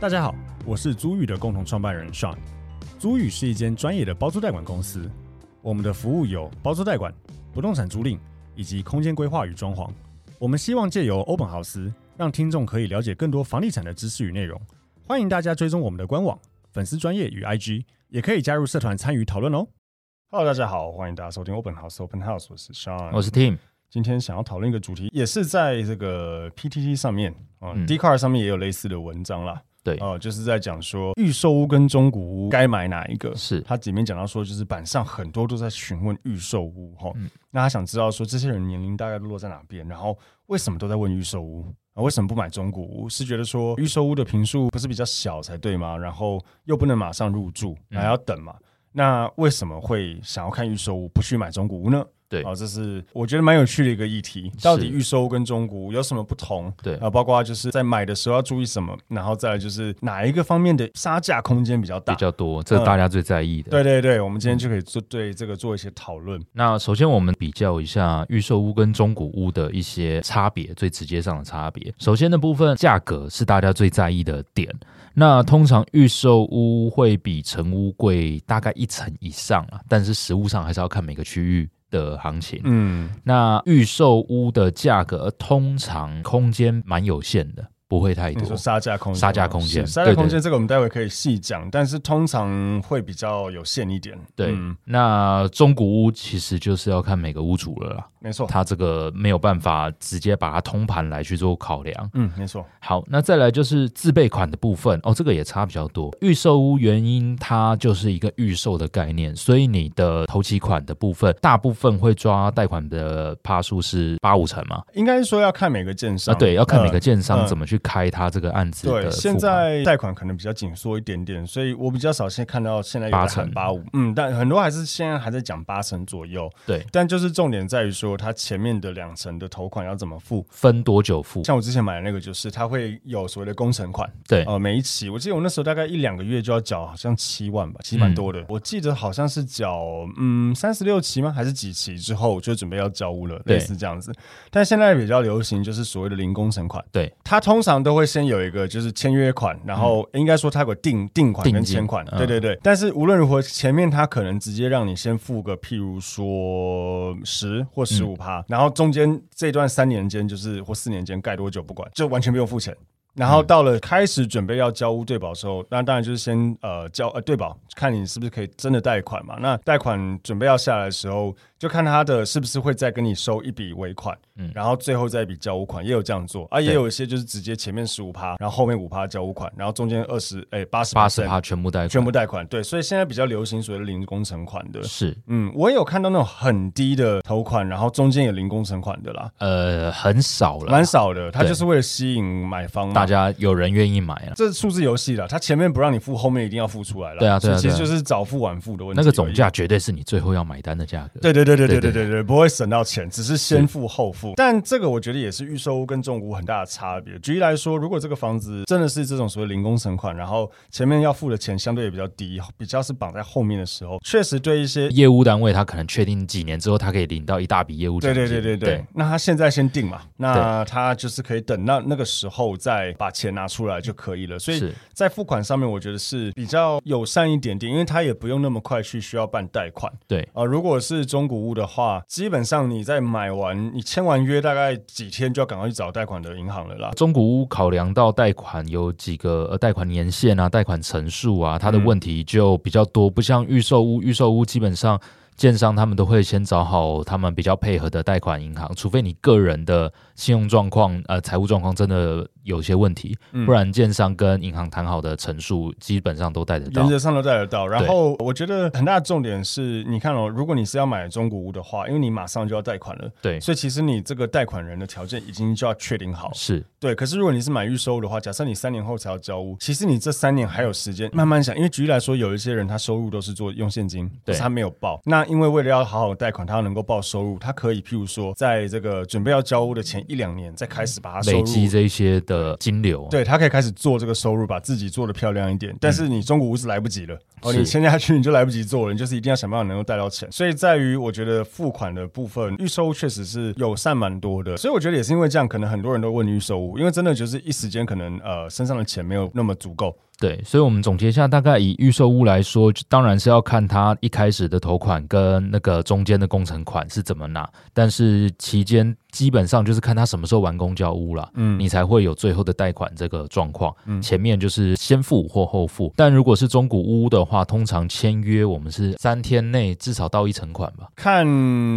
大家好，我是租宇的共同创办人 Sean。租宇是一间专业的包租代管公司，我们的服务有包租代管、不动产租赁以及空间规划与装潢。我们希望借由欧本豪斯，让听众可以了解更多房地产的知识与内容。欢迎大家追踪我们的官网、粉丝专业与 IG，也可以加入社团参与讨论哦。Hello，大家好，欢迎大家收听欧本豪斯 Open House，我是 Sean，我是 Tim，今天想要讨论一个主题，也是在这个 PTT 上面啊、嗯 d c a r 上面也有类似的文章啦。对哦、就是在讲说预售屋跟中古屋该买哪一个。是它里面讲到说，就是板上很多都在询问预售屋哈、哦嗯那他想知道说这些人年龄大概落在哪边，然后为什么都在问预售屋啊？为什么不买中古屋？是觉得说预售屋的平数不是比较小才对吗？然后又不能马上入住，嗯还要等嘛？那为什么会想要看预售屋，不去买中古屋呢？啊对好、这是我觉得蛮有趣的一个议题。到底预售跟中古有什么不同？对啊、包括就是在买的时候要注意什么，然后再来就是哪一个方面的杀价空间比较大嗯比。较多，这是大家最在意的。对对对，我们今天就可以做对这个做一些讨论。那首先我们比较一下预售屋跟中古屋的一些差别，最直接上的差别。首先的部分，价格是大家最在意的点。那通常预售屋会比成屋贵大概一成以上啊，但是实物上还是要看每个区域的行情。嗯，那预售屋的价格通常空间蛮有限的，不会太你多。说杀价空间吗，杀价空间是杀价空对间这个我们待会可以细讲，但是通常会比较有限一点。对，嗯那中古屋其实就是要看每个屋主了啦。没错，它这个没有办法直接把它通盘来去做考量。嗯，没错，好，那再来就是自备款的部分哦，这个也差比较多。预售屋原因它就是一个预售的概念，所以你的头期款的部分，大部分会抓贷款的趴数是八五成嘛？应该说要看每个建商，啊，对，要看每个呃建商嗯怎么去开它这个案子的对，付款。现在贷款可能比较紧缩一点点，所以我比较少现在看到现在有八在喊成八五，嗯，但很多还是现在还在讲八成左右，对但就是重点在于说它前面的两成的头款要怎么付。分多久付？像我之前买的那个，就是它会有所谓的工程款，对，呃，每一期我记得我那时候大概一两个月就要缴，好像七万吧，其嗯实蛮多的。我记得好像是缴嗯三十六期吗？还是几期之后就准备要交屋了，对类似这样子。但现在比较流行就是所谓的零工程款，对，它通常都会先有一个就是签约款，然后应该说它有个定定款嗯定跟金签款，嗯对对对。但是无论如何，前面它可能直接让你先付个，譬如说十或十嗯五趴，然后中间这段三年间就是或四年间盖多久不管，就完全不用付钱。嗯然后到了开始准备要交屋对保的时候，那当然就是先呃交呃对保，看你是不是可以真的贷款嘛。那贷款准备要下来的时候，就看他的是不是会再跟你收一笔尾款，嗯然后最后再一笔交屋款，也有这样做啊，也对有一些就是直接前面十五趴，然后后面五趴交屋款，然后中间二十哎八十八十趴全部贷款，全部贷款，对，所以现在比较流行所谓的零工程款的。是嗯，我也有看到那种很低的头款，然后中间有零工程款的啦，呃很少了蛮，少的。他就是为了吸引买方嘛，大家有人愿意买啊了。这是数字游戏了，它前面不让你付，后面一定要付出来了。对啊对所啊以其实对就啊是早付晚付的问题。那个总。价绝对是你最后要买单的价格。对对对对对对对对对，不会省到钱，只是先付后付。但这个我觉得也是预售屋跟中古屋很大的差别。举例来说，如果这个房子真的是这种所谓零工程款，然后前面要付的钱相对也比较低，比较是绑在后面的时候，确实对一些业务单位他可能确定几年之后，他可以领到一大笔业务奖对金。对对对对，那他现在先定嘛，那他就是可以等到那个时候再把钱拿出来就可以了。所以是在付款上面，我觉得是比较友善一点点，因为他也不用那么快去需要办贷款。对啊、如果是中古屋的话，基本上你在买完、你签完约，大概几天就要赶快去找贷款的银行了啦。中古屋考量到贷款有几个呃贷款年限啊、贷款成数啊，它的问题就比较多，不像预售屋，预售屋基本上建商他们都会先找好他们比较配合的贷款银行，除非你个人的信用状况呃财务状况真的有些问题，嗯不然建商跟银行谈好的成数基本上都贷得原到。则上都贷得到，然后我觉得很大的重点是，你看哦，如果你是要买中古屋的话，因为你马上就要贷款了，对，所以其实你这个贷款人的条件已经就要确定好，是对，可是如果你是买预收的话，假设你三年后才要交屋，其实你这三年还有时间慢慢想，因为举例来说，有一些人他收入都是做用现金，可对是他没有报，那因为为了要好好贷款，他能够报收入，他可以譬如说，在这个准备要交屋的前一两年，再开始把它收累入积这一些的金流，对他可以开始做这个收入，把自己做的漂亮一点。但是你中古屋是来不及了，哦，嗯是你签下去你就来不及做了，你就是一定要想办法能够贷到钱。所以在于我觉得付款的部分，预售屋确实是友善蛮多的。所以我觉得也是因为这样，可能很多人都问预售屋，因为真的就是一时间可能呃身上的钱没有那么足够。对，所以，我们总结一下，大概以预售屋来说，就当然是要看它一开始的头款跟那个中间的工程款是怎么拿，但是期间基本上就是看它什么时候完工交屋了，嗯你才会有最后的贷款这个状况。嗯，前面就是先付或后付，但如果是中古屋的话，通常签约我们是三天内至少到一成款吧。看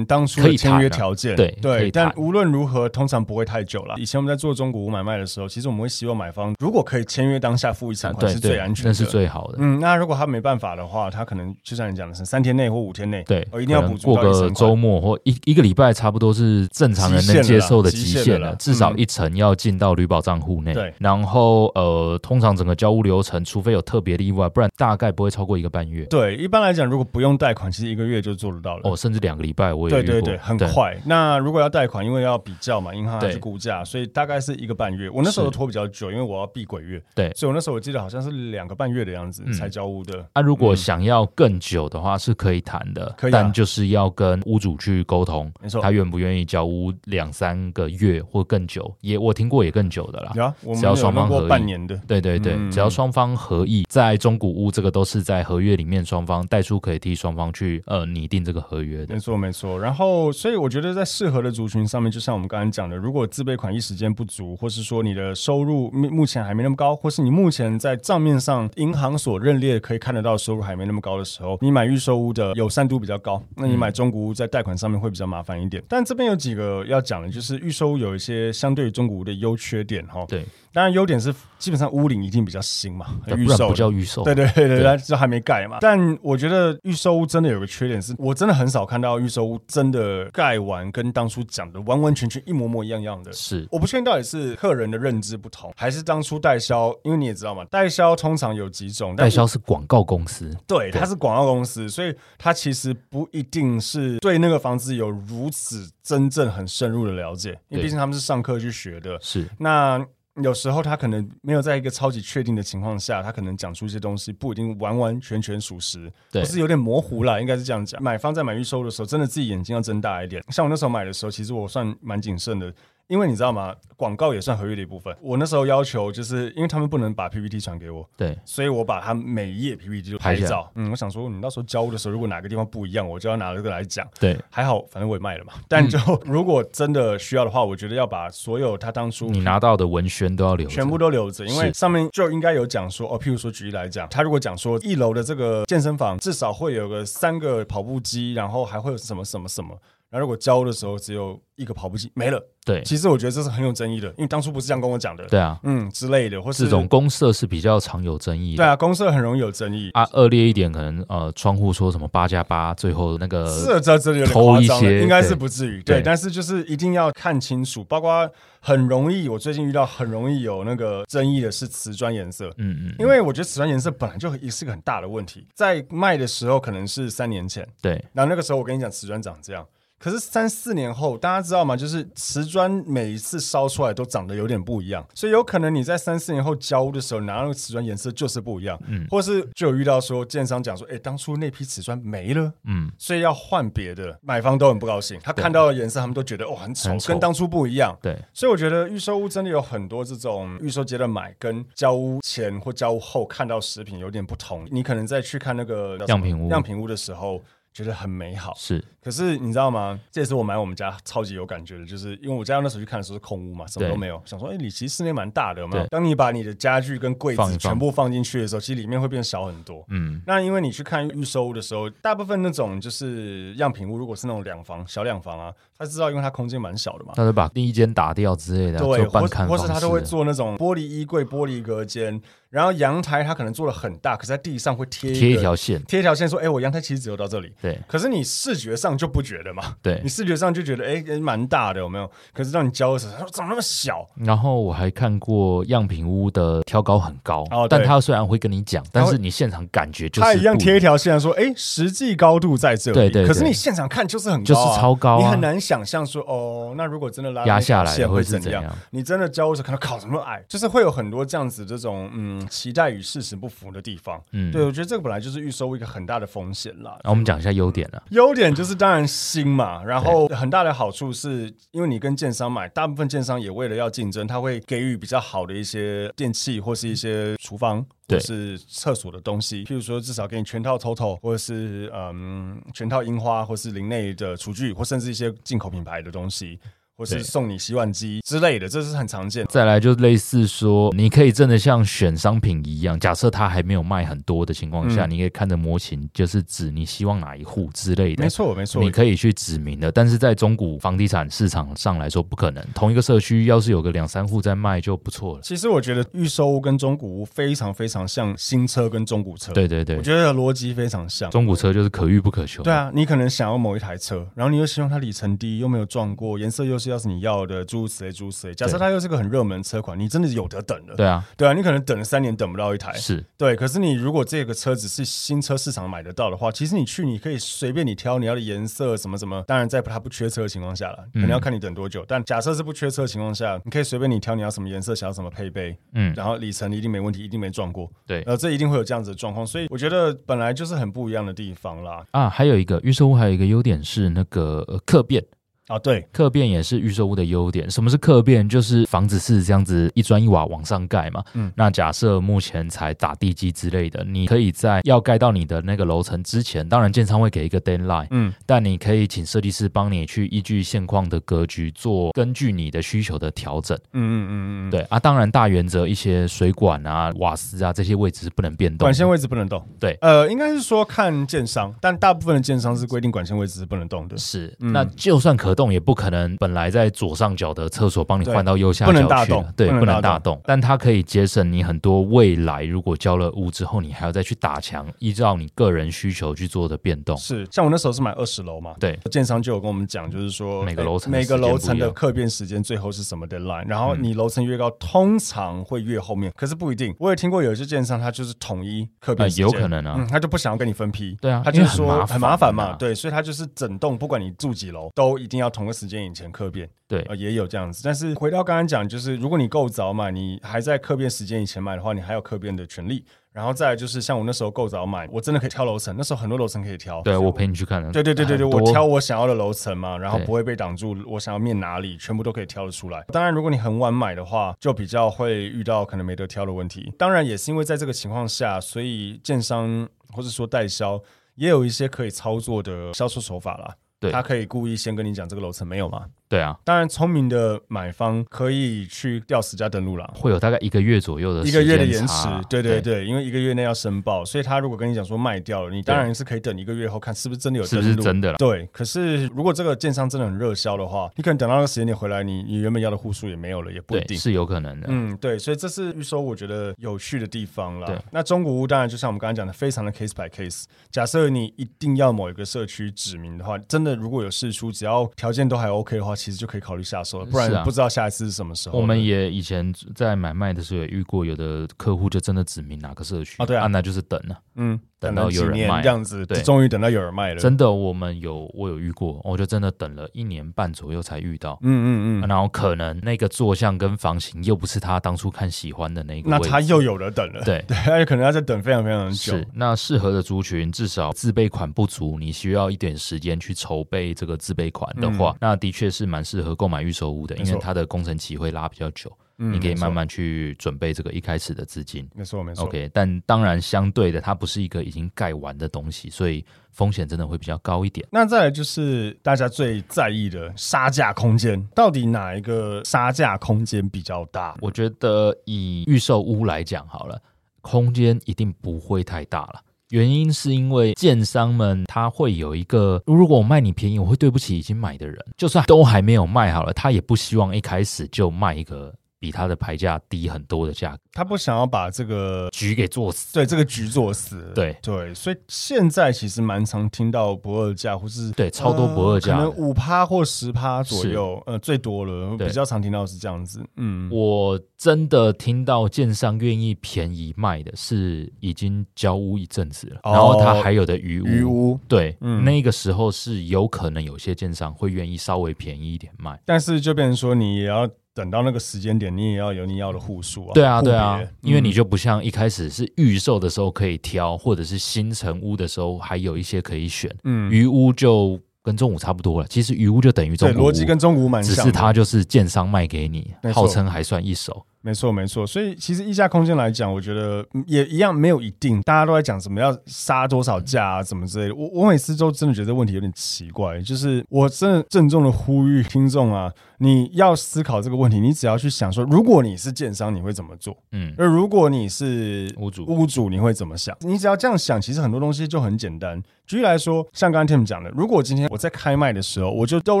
当初的签约条件，可以谈啊对可对，以谈但无论如何，通常不会太久了。以前我们在做中古屋买卖的时候，其实我们会希望买方如果可以签约当下付一成款啊对是最对安，全的，那是最好的。嗯，那如果他没办法的话，他可能就像你讲的是三天内或五天内，对，哦一定要可能补足到过一成个款周末或一一个礼拜，差不多是正常人极限能了啦接受的极极限限了啦了，至少嗯一成要进到旅保账户内。对然后呃，通常整个交屋流程，除非有特别的意外，不然大概不会超过一个半月，对，一般来讲，如果不用贷款，其实一个月就做得到了。哦，甚至两个礼拜我也对遇过。对对，很快。那如果要贷款，因为要比较嘛，银行还是对估价，所以大概是一个半月。我那时候是拖比较久，因为我要避鬼月，对所以我那时候我记得好像是两个半月的样子嗯才交屋的。啊，如果想要更久的话，是可以谈的，嗯可以啊但就是要跟屋主去沟通，没错他愿不愿意交屋两三个月或更久，也我听过也更久的啦。有啊，我们只要有双弄方合过意半年的，对对对，嗯只要双方合意，在中古屋这个都是在合约里面，双方代书可以替双方去呃拟定这个合约的没。错，没错。然后，所以我觉得在适合的族群上面，就像我们刚才讲的，如果自备款一时间不足，或是说你的收入目目前还没那么高，或是你目前在账面上银行所认列可以看得到的收入还没那么高的时候，你买预售屋的友善度比较高，嗯那你买中古屋在贷款上面会比较麻烦一点。但这边有几个要讲的，就是预售屋有一些相对于中古屋的优缺点哈。对，当然优点是基本上屋龄一定比较新嘛，不呃预然售不的叫预售。啊对对对对，对它就还没盖嘛。但我觉得预售屋真的有个缺点是，我真的很少看到预售屋真的盖完跟当初讲的完完全全一模模一样样的。是我不确定到底是客人的认知不同，还是当初代销，因为你也知道嘛，代销通常有几种，但代销是广告公司，对，对它是广告公司，所以它其实不一定是对那个房子有如此真正很深入的了解，因为对毕竟他们是上课去学的，是那有时候他可能没有在一个超级确定的情况下，他可能讲出一些东西不一定完完全全属实，对或是有点模糊啦，应该是这样讲。买方在买预售的时候，真的自己眼睛要睁大一点。像我那时候买的时候，其实我算蛮谨慎的。因为你知道吗？广告也算合约的一部分。我那时候要求，就是因为他们不能把 PPT 传给我，对所以我把他每一页 PPT 就拍拍下来照。嗯，我想说，你到时候教的时候，如果哪个地方不一样，我就要拿这个来讲。对，还好，反正我也卖了嘛。嗯但就、如果真的需要的话，我觉得要把所有他当初你拿到的文宣都要留着，全部都留着，因为是上面就应该有讲说哦，譬如说举例来讲，他如果讲说一楼的这个健身房至少会有个三个跑步机，然后还会有什么什么什么，然后如果交的时候只有一个跑步机没了，对其实我觉得这是很有争议的，因为当初不是这样跟我讲的，对啊，嗯之类的，或是这种公社是比较常有争议对的。啊，公社很容易有争议，啊，恶劣一点，可能呃，窗户说什么八加八，最后那个这这这有点夸张偷一了，些应该是对不至于。对，对但是就是一定要看清楚，包括很容易，我最近遇到很容易有那个争议的是瓷砖颜色。嗯嗯，因为我觉得瓷砖颜色本来就也是个很大的问题，在卖的时候可能是三年前，对然后那个时候我跟你讲瓷砖长这样，可是三四年后大家知道吗？就是瓷砖每一次烧出来都长得有点不一样，所以有可能你在三四年后交屋的时候拿到那个瓷砖颜色就是不一样，嗯，或是就有遇到说建商讲说，哎，当初那批瓷砖没了，嗯，所以要换别的，买方都很不高兴，他看到的颜色他们都觉得哦很丑很，丑跟当初不一样，对所以我觉得预售屋真的有很多这种预售阶段买跟交屋前或交屋后看到食品有点不同。你可能在去看那个叫什么样品屋样品屋的时候。觉得很美好，是可是你知道吗？这也是我买我们家超级有感觉的，就是因为我家那时候去看的时候是空屋嘛，什么都对没有，想说，哎、你其实室内蛮大的，有没有对？当你把你的家具跟柜放一子放全部放进去的时候，其实里面会变小很多。嗯那因为你去看预售屋的时候，大部分那种就是样品屋，如果是那种两房小两房啊，他知道因为它空间蛮小的嘛，他就把第一间打掉之类的，啊对，做或啊半是看或方是式他都会的做那种玻璃衣柜、玻璃隔间，然后阳台它可能做的很大，可是在地上会贴贴一一个条线，贴一条线说，哎，我阳台其实只有到这里。对可是你视觉上就不觉得嘛，对你。视觉上就觉得哎、诶蛮大的，有没有？可是让你交的时候，他说怎么那么小？然后我还看过样品屋的挑高很高，哦对但他虽然会跟你讲，它但会是你现场感觉就是他一样不贴一条线说，哎、实际高度在这里。对对对可是你现场看就是很高、就是超高啊你很难想象说，哦，那如果真的拉压下来线会会是怎怎样？样？你真的交的时候，可能靠什么矮，就是会有很多这样子这种嗯期待与事实不符的地方。嗯，对，我觉得这个本来就是预收一个很大的风险啦。然后我们讲一下优点啊，优点就是当然新嘛，然后很大的好处是因为你跟建商买，大部分建商也为了要竞争，他会给予比较好的一些电器或是一些厨房或对是厕所的东西，譬如说至少给你全套 TOTO 或者是嗯全套樱花或是林内的厨具，或甚至一些进口品牌的东西，或对是送你洗碗机之类的，这是很常见的。再来就类似说，你可以真的像选商品一样，假设它还没有卖很多的情况下，嗯你可以看着模型，就是指你希望哪一户之类的没。错，没错你，可以去指明的，但是在中古房地产市场上来说，不可能。同一个社区要是有个两三户在卖就不错了。其实我觉得预售屋跟中古屋非常非常像新车跟中古车，对对对我，觉得逻辑非常像。中古车就是可遇不可求。对啊，你可能想要某一台车，然后你又希望它里程低，又没有撞过，颜色又是要是你要的，诸如此类，诸如此类。假设对它又是个很热门的车款，你真的有得等了。对啊，对啊，你可能等了三年等不到一台。是对，可是你如果这个车子是新车市场买得到的话，其实你去你可以随便你挑你要的颜色什么什么。当然，在它不缺车的情况下了，可嗯能要看你等多久。但假设是不缺车的情况下，你可以随便你挑你要什么颜色，想要什么配备，嗯然后里程一定没问题，一定没撞过。对呃，这一定会有这样子的状况，所以我觉得本来就是很不一样的地方啦。啊，还有一个预售屋，还有一个优点是那个呃客变，啊，对，客变也是预售屋的优点。什么是客变？就是房子是这样子一砖一瓦往上盖嘛。嗯那假设目前才打地基之类的，你可以在要盖到你的那个楼层之前，当然建商会给一个 deadline，嗯，但你可以请设计师帮你去依据现况的格局做根据你的需求的调整。嗯嗯嗯嗯，嗯，对啊，当然大原则一些水管啊、瓦斯啊这些位置是不能变动的。管线位置不能动。对呃，应该是说看建商，但大部分的建商是规定管线位置是不能动的，是，嗯那就算可动，也不可能本来在左上角的厕所帮你对换到右下角不去能了，大动对，不能不能大大动。但它可以节省你很多未来，如果交了屋之后，你还要再去打墙，依照你个人需求去做的变动。是，像我那时候是买二十楼嘛，对，建商就有跟我们讲，就是说每个哎楼层的每个时间楼不一层的样嗯客变时间最后是什么 deadline，然后你楼层越高，通常会越后面，可是不一定。我也听过有一些建商他就是统一客呃变，时间，有可能啊嗯，，他就不想要跟你分批，对啊他就是因为很说麻很麻烦烦嘛啊，对，所以他就是整栋不管你住几楼，都一定要同个时间以前客变，对呃，也有这样子。但是回到刚刚讲，就是如果你够早买，你还在客变时间以前买的话，你还有客变的权利。然后再来就是像我那时候够早买，我真的可以挑楼层，那时候很多楼层可以挑，对我陪你去看了。对对对对对，很多我挑我想要的楼层嘛，然后对不会被挡住，我想要面哪里，全部都可以挑得出来。当然，如果你很晚买的话，就比较会遇到可能没得挑的问题。当然，也是因为在这个情况下，所以建商或者说代销。也有一些可以操作的销售手法啦，对他可以故意先跟你讲这个楼层没有嘛。对啊，当然，聪明的买方可以去调实价登录啦，会有大概一个月左右的一个月的时延间迟差，啊对对对，因为一个月内要申报，所以他如果跟你讲说卖掉了，你当然是可以等一个月后看是不是真的有是登不是录真的啦？对，可是如果这个建商真的很热销的话，你可能等到那个时间点回来，你你原本要的户数也没有了，也不一对，定。是有可能的。嗯，对，所以这是预售，我觉得有趣的地方对啦。那中古屋当然就像我们刚刚讲的，非常的 case by case。假设你一定要某一个社区指明的话，真的如果有事出，只要条件都还 OK 的话，其实就可以考虑下手了，不是啊然不知道下一次是什么时候了。我们也以前在买卖的时候也遇过，有的客户就真的指明哪个社区啊对啊那就是等啊，嗯，等了到有几人年卖这样子，对终于等到有人卖了。真的，我们有我有遇过，我就真的等了一年半左右才遇到。啊嗯嗯嗯，然后可能那个坐向跟房型又不是他当初看喜欢的那个那位置，他又有的等了，对 对，他可能要再等非常非常久。是那适合的族群，至少自备款不足，你需要一点时间去筹备这个自备款的话，那的确是蛮适合购买预售屋的，因嗯没为错它的工程期会拉比较久，嗯你可以慢。没错慢去准备这个一开始的资金。没错没错 OK，但当然相对的，它不是一个已经盖完的东西，所以风险真的会比较高一点。那再来就是大家最在意的杀价空间，到底哪一个杀价空间比较大？我觉得以预售屋来讲好了，空间一定不会太大了。原因是因为建商们他会有一个，如果我卖你便宜，我会对不起已经买的人。就算都还没有卖好了，他也不希望一开始就卖一个比它的牌价低很多的价格，他不想要把这个局给做死。对这个局做死，对对，所以现在其实蛮常听到不二价，或是对，超多不二价呃的。可能五趴或十趴左是右，呃，最多了，对比较常听到是这样子，嗯，我真的听到建商愿意便宜卖的是已经交屋一阵子了，哦然后他还有的余屋，鱼屋，对，嗯那个时候是有可能有些建商会愿意稍微便宜一点卖。但是就变成说你也要等到那个时间点，你也要有你要的户数啊，对啊，户别对啊，因为你嗯就不像一开始是预售的时候可以挑，或者是新成屋的时候还有一些可以选。嗯余屋就跟中午差不多了，其实余屋就等于中对古屋逻辑跟中古蛮只像的，是它就是建商卖给你没，错号称还算一手。没错，没错。所以其实议价空间来讲，我觉得嗯也一样没有一定，大家都在讲什么要杀多少价啊，怎么之类的。我我每次都真的觉得这问题有点奇怪，就是我真的郑重的呼吁听众啊，你要思考这个问题，你只要去想说，如果你是建商，你会怎么做？嗯，而如果你是屋主屋主你会怎么想？你只要这样想，其实很多东西就很简单。举例来说，像刚刚 Tim 讲的，如果今天我在开卖的时候，我就都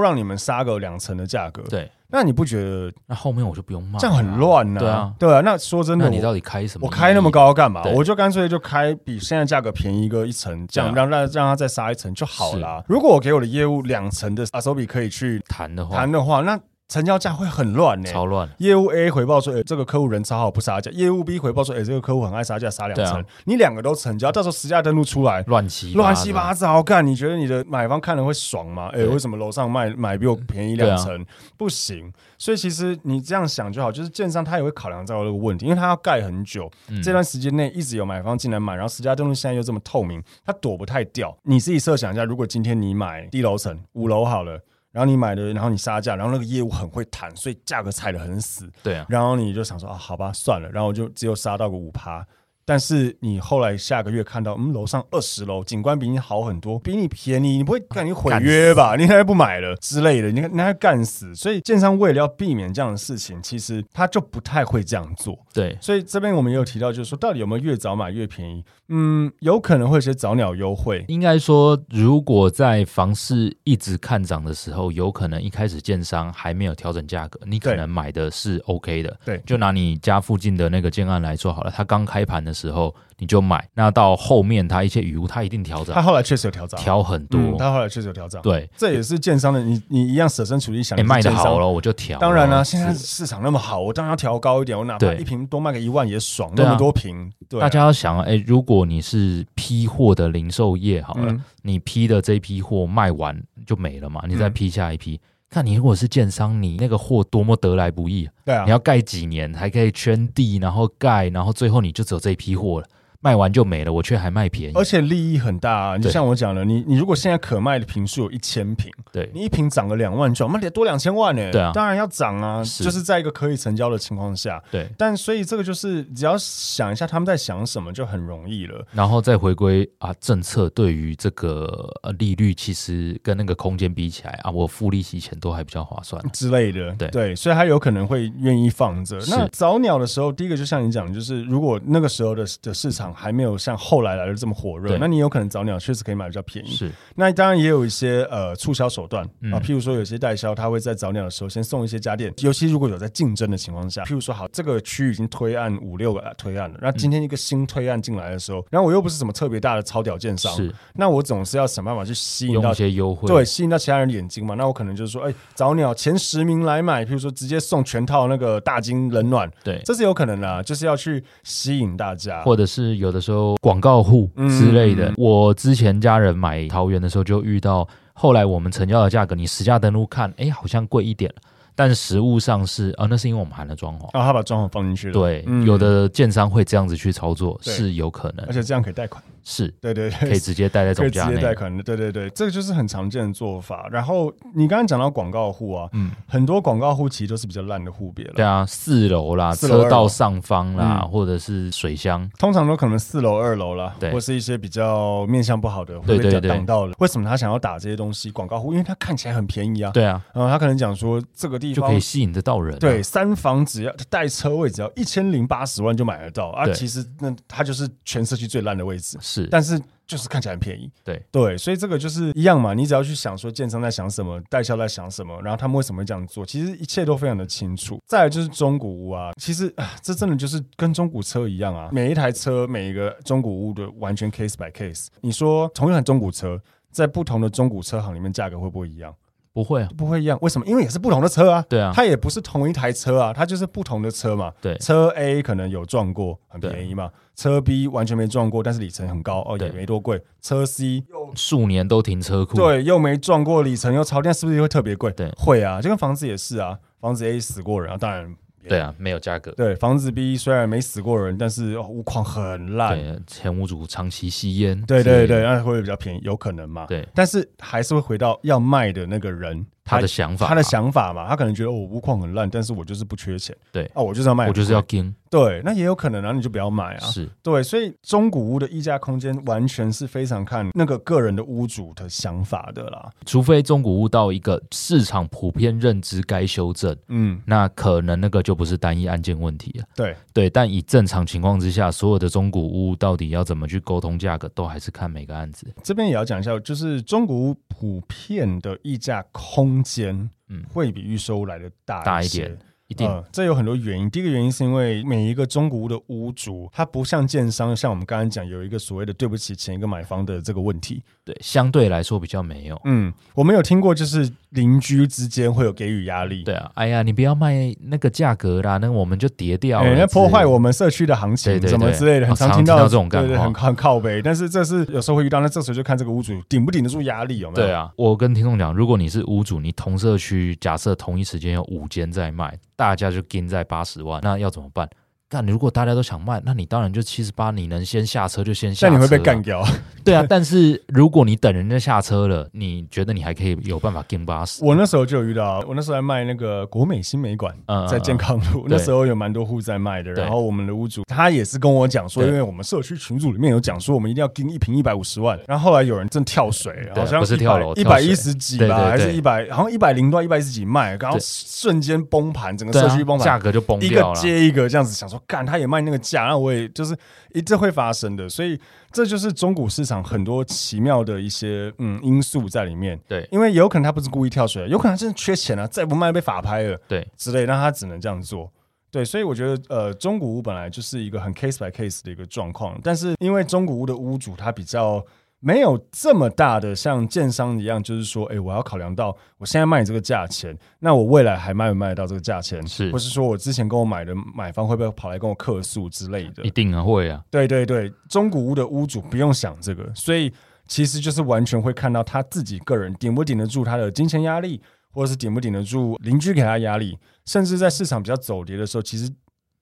让你们杀个两成的价格，对，那你不觉得那后面我就不用卖了，这样很乱呐、啊对啊，对啊。那说真的，那你我到底开什么？我开那么，高干嘛？对我就干脆就开比现在价格便宜个一层，这样对啊让让让它再杀一层就好啦。如果我给我的业务两层的阿手比可以去谈的话谈的话，那成交价会很乱呢、超乱。业务 A 回报说，哎、这个客户人超好，不杀价；业务 B 回报说，哎、这个客户很爱杀价，杀两成。对啊你两个都成交，到时候实价登录出来，乱七乱七八糟，糟干，你觉得你的买方看了会爽吗？哎、对啊为什么楼上卖买比我便宜两成？不行，所以其实你这样想就好，就是建商他也会考量到这个问题，因为他要盖很久，嗯这段时间内一直有买方进来买，然后实价登录现在又这么透明，他躲不太掉。你自己设想一下，如果今天你买低楼层五楼好了。然后你买的，然后你杀价，然后那个业务很会谈，所以价格踩得很死。对啊，然后你就想说啊，好吧，算了，然后我就只有杀到个五趴。但是你后来下个月看到，嗯，楼上二十楼景观比你好很多，比你便宜，你不会啊干你毁约吧？你还不买了之类的，你看你还干死。所以建商为了要避免这样的事情，其实他就不太会这样做。对，所以这边我们也有提到，就是说到底有没有越早买越便宜？嗯，有可能会有些早鸟优惠，应该说，如果在房市一直看涨的时候，有可能一开始建商还没有调整价格，你可对能买的是 OK 的。对就拿你家附近的那个建案来说好了，它刚开盘的时候你就买，那到后面它一些雨屋，它一定调整他，后来确实有调涨，调很多。嗯，他后来确实有调涨，，对，这也是建商的，你你一样舍身处地想，哎、你是卖的建商好了哦我就调。当然啦、了，现在市场那么好，我当然要调高一点，我哪怕对一瓶多卖个一万也爽，对啊那么多瓶，对啊、大家要想啊，哎、如果你是批货的零售业好了，嗯你批的这一批货卖完就没了嘛，你再嗯批下一批。看你如果是建商，你那个货多么得来不易啊！对啊你，要盖几年，还可以圈地，然后盖，然后最后你就只有这一批货了，卖完就没了，我却还卖便宜而。且利益很大啊！你对像我讲的，你你如果现在可卖的瓶数有一千瓶，对你一瓶涨个两万就，妈得多两千万呢、对啊当然要涨啊，是就是在一个可以成交的情况下。对，但所以这个就是只要想一下他们在想什么就很容易了。然后再回归啊，政策对于这个呃利率，其实跟那个空间比起来啊，我付利息钱都还比较划算。之类的，对所以他有可能会愿意放着。是那早鸟的时候，第一个就像你讲，就是如果那个时候的的市场还没有像后来来的这么火热，对那你有可能早鸟确实可以买比较便宜。是，那当然也有一些呃促销手段嗯啊，譬如说有些代销他会在早鸟的时候先送一些家电，尤其如果有在竞争的情况下，譬如说好这个区域已经推案五六个呃推案嗯了，那今天一个新推案进来的时候，然后我又不是什么特别大的超屌建商，是那我总是要想办法去吸引用到一些优惠，对，吸引到其他人的眼睛嘛。那我可能就是说，哎、早鸟前十名来买，譬如说直接送全套那个大金冷暖，对，这是有可能的、啊，就是要去吸引大家。或者是有的时候广告户之类的。嗯我之前家人买桃园的时候就遇到，后来我们成交的价格，你实价登录看，哎，好像贵一点了，但实物上是啊，那是因为我们含了装潢。然后他把装潢放进去了，，对，嗯有的建商会这样子去操作，对是有可能而，且这样可以贷款，是对对对，可以直接带在可总以直价接贷内。款的，对对对，这个就是很常见的做法。然后你刚刚讲到广告户啊，嗯，很多广告户其实都是比较烂的户别了，对啊，四楼啦，四楼车道上方啦，嗯或者是水箱，通常都可能四楼、二楼啦，对或是一些比较面向不好的，会对被对对挡到了。为什么他想要打这些东西？广告户，因为他看起来很便宜啊。对啊，然后他可能讲说，这个地就方可以吸引得到人、啊。对，，三房只要带车位只要一千零八十万就买得到啊！对其实那它就是全社区最烂的位置，是，但是就是看起来很便宜。对对，所以这个就是一样嘛，你只要去想说建商在想什么，代销在想什么，然后他们为什么会这样做，其实一切都非常的清楚。再来就是中古屋啊，其实啊这真的就是跟中古车一样啊，每一台车每一个中古屋的完全 case by case。你说同一款中古车。在不同的中古车行里面，价格会不会一样？不会啊，不会一样，为什么？因为也是不同的车啊。对啊，它也不是同一台车啊，它就是不同的车嘛。对车 A 可能有撞过，很对便宜嘛；车 B 完全没撞过，但是里程很高，哦，也对没多贵。车 C 又数年都停车库，对又没撞过，里程又超，但是不是会特别贵？对会啊，就跟房子也是啊，房子 A 死过人啊，当然对啊，没有价格，对，房子 B 虽然没死过人，但是、哦屋况很烂。对，前屋主长期吸烟，啊对对对，是那会不会比较便宜？有可能嘛？对，但是还是会回到要卖的那个人，他的想法，他的，想法嘛，他可能觉得、哦、我屋况很烂，但是我就是不缺钱，对啊，我就是要卖，我就是要跟，对，那也有可能，然后你就不要买啊。是对，所以中古屋的溢价空间完全是非常看那个个人的屋主的想法的啦。除非中古屋到一个市场普遍认知该修正，嗯，那可能那个就不是单一案件问题了。对，对，但以正常情况之下，所有的中古屋到底要怎么去沟通价格，都还是看每个案子。这边也要讲一下，就是中古屋普遍的溢价空间，嗯嗯，会比预售屋来的大大一一些点一定、呃这有很多原因。第一个原因是因为每一个中古屋的屋主，他不像建商，像我们刚刚讲有一个所谓的对不起前一个买方的这个问题。对，相对来说比较没有。嗯，我们有听过，就是邻居之间会有给予压力，对啊，哎呀，你不要卖那个价格啦，那我们就跌掉哎，了。那破坏之类的我们社区的行情，对对怎么对之类的，很哦常听听到到这种干对对，话很很靠背。但是这是有时候会遇到，那这时候就看这个屋主顶不顶得住压力，有没有？对，啊，我跟听众讲，如果你是屋主，你同社区假设同一时间有五间在卖，大家就跟在八十万，那要怎么办？但如果大家都想卖，那你当然就七十八，你能先下车就先下但车、你会被干。掉。 对啊，但是如果你等人家下车了，你觉得你还可以有办法跟八十？我那时候就有遇到，我那时候在卖那个国美新美馆。嗯，在健康康路，对 那时候有蛮多户在卖的。对然后我们的屋主他也是跟我讲说，对因为我们社区群组里面有讲说，我们一定要盯一瓶一百五十万。然后后来有人正跳水，对好像不是跳楼一跳百水一十几对对吧，对还是一百，好像一百零多、一百一十几卖，然后对瞬间崩盘，整个对社啊区崩盘，价格就崩一掉个了。接一个这样子，想说干，他也卖那个价，那我也就是一这会发生的，所以这就是中古市场很多奇妙的一些嗯因素在里面。对因为有可能他不是故意跳水，有可能他真的缺钱啊，再不卖被法拍了对之类，那他只能这样做。对，所以我觉得，呃，中古屋本来就是一个很 case by case 的一个状况，但是因为中古屋的屋主他比较没有这么大的像建商一样，就是说，哎，我要考量到我现在卖你这个价钱，那我未来还卖不卖得到这个价钱，是或是说我之前跟我买的买方会不会跑来跟我客诉之类的一？定啊会啊，对对对，中古屋的屋主不用想这个，所以其实就是完全会看到他自己个人顶不顶得住他的金钱压力，或者是顶不顶得住邻居给他压力，甚至在市场比较走跌的时候，其实。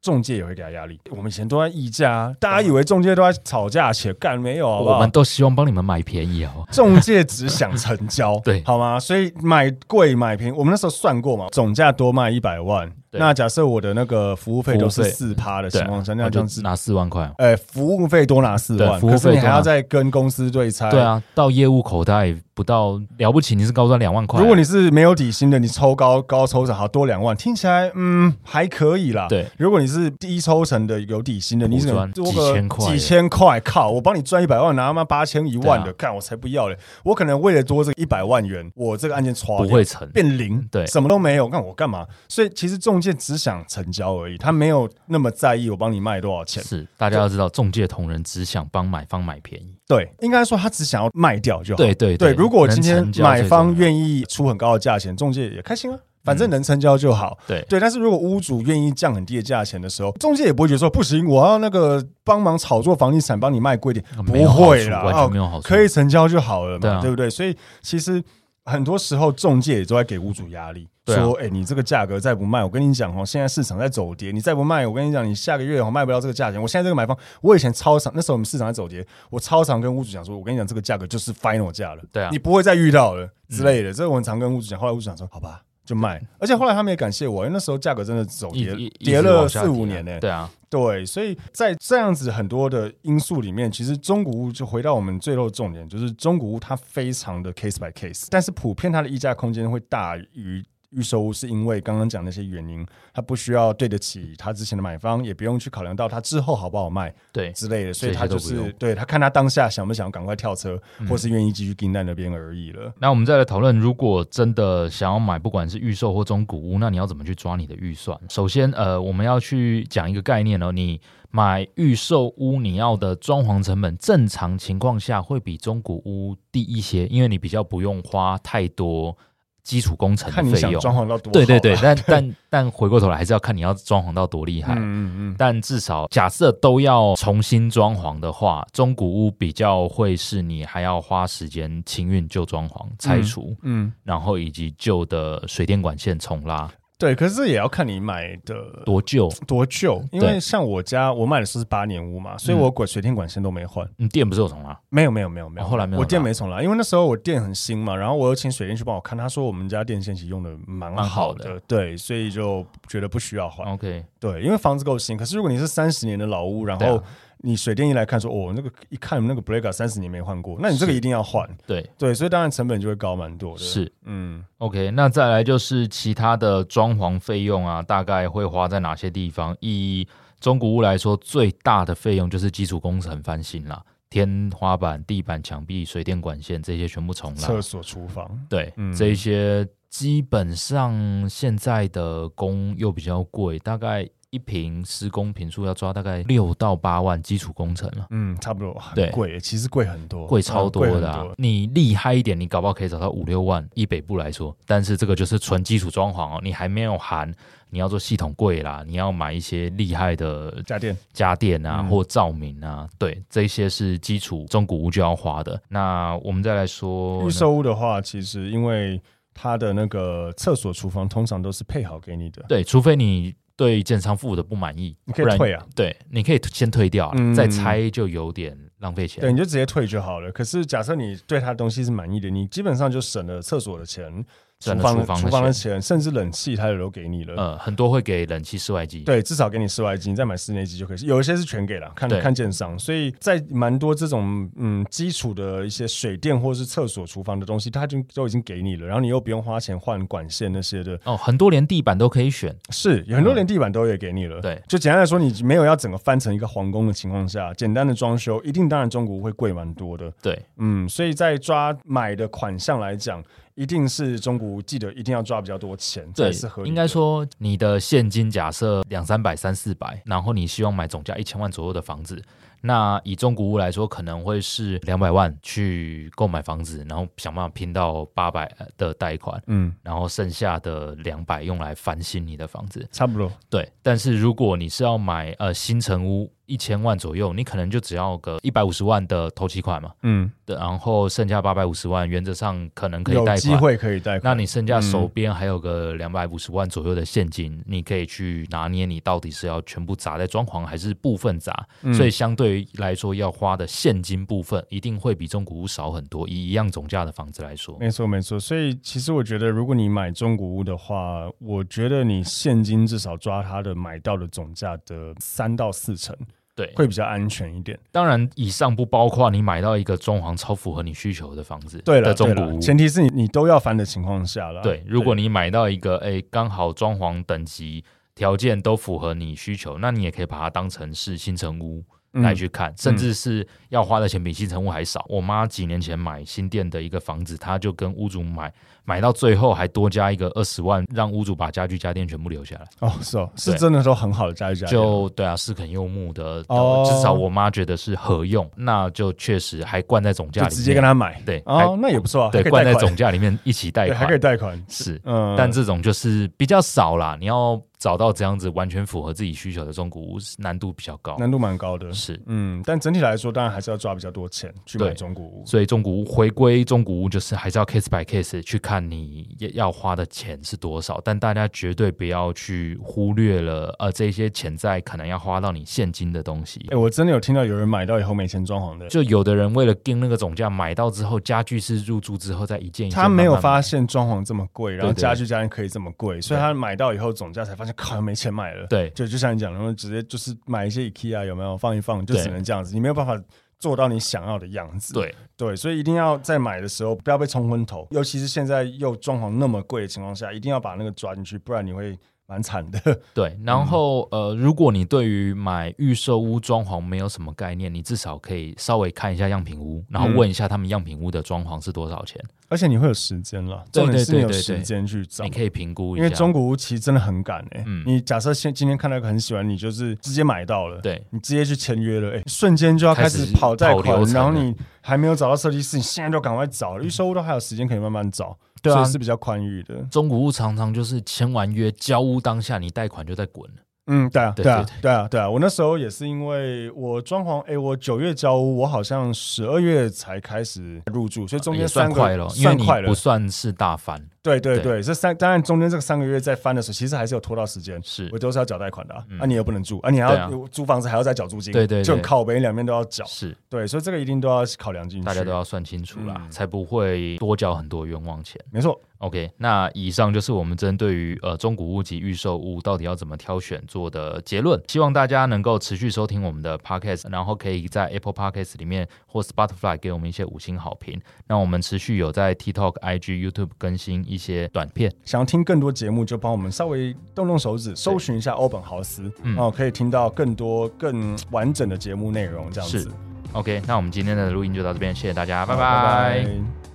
中介也会给他压力。我们以前都在议价、啊，大家以为中介都在吵架，且干没有好不好我们都希望帮你们买便宜哦。中介只想成交，对好吗？所以买贵买平，我们那时候算过嘛，总价多卖一百万，对那假设我的那个服务费都是服务费四趴的对情啊，况下，我那这就样子，拿四万块嘛。呃，服务费多拿四万，对服务可是你费多还拿要再跟公司对拆，对。啊，到业务口袋不到了不起，你是高端两万块啊。如果你是没有底薪的，你抽高高抽成好多两万，听起来嗯还可以啦。对，如果你是低抽成的有底薪的，你只能赚多几个千块几千块，靠！我帮你赚一百万，拿他妈八千一万的，对啊干我才不要嘞！我可能为了多这一百万元，我这个案件刷不掉会成，变零，对什么都没有，看我干嘛？所以其实中介只想成交而已，他没有那么在意我帮你卖多少钱。是大家要知道，中介同仁只想帮买方买便宜。对，应该说他只想要卖掉就好。对对对，如果能今天成交买最方重要愿意出很高的价钱，中介也开心啊，反正能成交就好。对对，但是如果屋主愿意降很低的价钱的时候，中介也不会觉得说不行，我要那个帮忙炒作房地产，帮你卖贵一点，啊没有不会啦，好处完全没哦有好处。可以成交就好了对嘛，啊对不对？所以其实很多时候中介也都在给屋主压力，对啊说：“哎，你这个价格再不卖，我跟你讲哦，现在市场在走跌，你再不卖，我跟你讲，你下个月哦卖不到这个价钱。我现在这个买方，我以前超常那时候我们市场在走跌，我超常跟屋主讲说，我跟你讲这个价格就是 final 价了，对啊你不会再遇到了之类的。这我很常跟屋主讲，后来屋主讲说：好吧。”就卖，而且后来他们也感谢我，因为那时候价格真的走嗯一跌一一跌直了往下四五跌啊年呢、对啊，对，所以在这样子很多的因素里面，其实中古屋就回到我们最后的重点，就是中古屋它非常的 case by case，但是普遍它的溢价空间会大于预售屋是因为刚刚讲那些原因，它不需要对得起他之前的买方，也不用去考量到他之后好不好卖对之类的，所以这些他都就不用是对他看他当下想不想赶快跳车，或是愿意继续盯在那边而已了。那我们再来讨论，如果真的想要买，不管是预售或中古屋，那你要怎么去抓你的预算？首先，呃，我们要去讲一个概念哦，你买预售屋，你要的装潢成本，正常情况下会比中古屋低一些，因为你比较不用花太多基础工程看你的费想用。装潢到多好对对对啦，，但 但但回过头来还是要看你要装潢到多厉害。嗯嗯嗯，但至少假设都要重新装潢的话，中古屋比较会是你还要花时间清运旧装潢、拆除，嗯，然后以及旧的水电管线重拉对，可是也要看你买的多旧，多旧，因对嗯为像我家我买的是八年屋嘛，所以我管水电管线都没换。你嗯电不是有重拉？没有没有没有没有，哦后来没有我电啦没重来，因为那时候我电很新嘛，然后我有请水电去帮我看，他说我们家电线其实用的蛮蛮好好的哦的，对，所以就觉得不需要换。 OK，对，因为房子够新，可是如果你是三十年的老屋，然对啊后你水电一来看说，哦，那个一看那个 Brega 三十年没换过，那你这个一定要换，对，对，所以当然成本就会高蛮多的。，是嗯， OK。那再来就是其他的装潢费用啊，大概会花在哪些地方？以中古屋来说，最大的费用就是基础工程翻新啦，天花板、地板、墙壁、水电管线这些全部重拉厕。所、厨房，对，嗯这一些基本上现在的工又比较贵，大概一平施工平数要抓大概六到八万基础工程了。嗯，差不多，对很贵，其实贵很多，贵超多的、嗯啊贵很，你厉害一点，你搞不好可以找到五六万。以北部来说，但是这个就是纯基础装潢哦，你还没有含你要做系统柜啦，你要买一些厉害的家电，家电啊嗯或照明啊，对，这些是基础中古屋就要花的。那我们再来说预售屋的话，其实因为它的那个厕所、厨房通常都是配好给你的，对，除非你对建商付的不满意，你可以不然退啊对，你可以先退掉啊，嗯再拆就有点浪费对，钱。你就直接退就好了。可是假设你对它的东西是满意的，你基本上就省了厕所的钱、厨省了房厨房的厨的钱，甚至冷气它也都给你了。呃，很多会给冷气、室外机。对，至少给你室外机，你再买室内机就可以。有一些是全给了，看对看建商，所以在蛮多这种嗯基础的一些水电或是厕所、厨房的东西，它就都已经给你了，然后你又不用花钱换管线那些的，哦，很多连地板都可以选。是有很多连地板都也给你了。嗯对就简单来说，你没有要整个翻成一个皇宫的情况下，简单的装修一定当然中古屋会贵蛮多的。对，嗯，所以在抓买的款项来讲，一定是中古记得一定要抓比较多钱，这对也是合理的。应该说你的现金假设两三百、三四百，然后你希望买总价一千万左右的房子，那以中古屋来说，可能会是两百万去购买房子，然后想办法拼到八百的贷款，嗯，然后剩下的两百用来翻新你的房子。差不多。对，但是如果你是要买呃新城屋一千万左右，你可能就只要个一百五十万的头期款嘛，嗯，对，然后剩下八百五十万，原则上可能可以有贷机款。会可以贷款。那你剩下手边还有个两百五十万左右的现金，你可以去拿捏你到底是要全部砸在装潢还是部分砸，所以相对于来说要花的现金部分一定会比中古屋少很多，以一样总价的房子来说，没错没错，所以其实我觉得，如果你买中古屋的话，我觉得你现金至少抓它的买到的总价的三到四成，对，会比较安全一点。当然以上不包括你买到一个装潢超符合你需求的房子，对了，的中对古了屋，前提是你你都要翻的情况下了。对，如果你买到一个哎，刚好装潢等级条件都符合你需求，那你也可以把它当成是新城屋嗯来去看，甚至是要花的钱比新城屋还少。我妈几年前买新店的一个房子，她就跟屋主买，买到最后还多加一个二十万，让屋主把家具家电全部留下来。哦是哦，是对真的都很好的家具家电就对啊，是肯柚木的，哦至少我妈觉得是合用，那就确实还灌在总价就里面，直接跟他买。对还哦，那也不错啊，对还可以灌在贷款总价里面一起贷对，款，还可以贷款。是嗯，但这种就是比较少啦，你要找到这样子完全符合自己需求的中古屋难度比较高。难度蛮高的。是，嗯，但整体来说，当然还是要抓比较多钱去买对中古屋。所以中古屋回归中古屋，就是还是要 case by case 去看你要花的钱是多少，但大家绝对不要去忽略了呃这些潜在可能要花到你现金的东西哎、。我真的有听到有人买到以后没钱装潢的，就有的人为了定那个总价，买到之后家具是入住之后再一件一件他没有慢慢买发现装潢这么贵，然后对对家具家电可以这么贵，所以他买到以后总价才发现，靠，没钱买了。对就就像你讲的，然后直接就是买一些 IKEA 有没有放一放，就对只能这样子，你没有办法做到你想要的样子。对，对，所以一定要在买的时候不要被冲昏头，尤其是现在又装潢那么贵的情况下，一定要把那个抓进去，不然你会蛮惨的。 对，然后、嗯呃，如果你对于买预售屋装潢没有什么概念，你至少可以稍微看一下样品屋，然后嗯问一下他们样品屋的装潢是多少钱，而且你会有时间了，对重点是你有对对对时间去找你。可以评估一因下。为中古屋其实真的很赶哎、嗯你假设现今天看到一个很喜欢，你就是直接买到了，，对你直接去签约了，哎、瞬间就要开开始始跑贷跑款流，程然后了你还没有找到设计师，你现在就赶快找，预售屋都还有时间可以慢慢找，对啊所以，是比较宽裕的。中古屋常常就是签完约交屋当下，你贷款就在滚了。嗯，对啊，对对啊对，对啊，对啊！我那时候也是因为我装潢，哎，我九月交屋，我好像十二月才开始入住，所以中也间算三个快了，因为算你快了不，算是大翻，对对对对，这三当然中间这个三个月在翻的时候，其实还是有拖到时间，是我都是要缴贷款的啊，嗯啊你又不能住，啊你还对啊要租房子还要再缴租金，对对对就很靠北，两边都要缴，是，对，所以这个一定都要考量进去，大家都要算清楚啦，嗯才不会多交很多冤枉钱。没错， OK，那以上就是我们针对于呃中古屋及预售屋到底要怎么挑选做的结论。希望大家能够持续收听我们的 Podcast，然后可以在 Apple Podcast 里面或 Spotify 给我们一些五星好评。那我们持续有在 TikTok、IG、YouTube 更新一些短片。想要听更多节目，就帮我们稍微动动手指，搜寻一下欧本豪斯，嗯哦，可以听到更多更完整的节目内容，这样是子， OK，那我们今天的录音就到这边，谢谢大家，拜好拜拜拜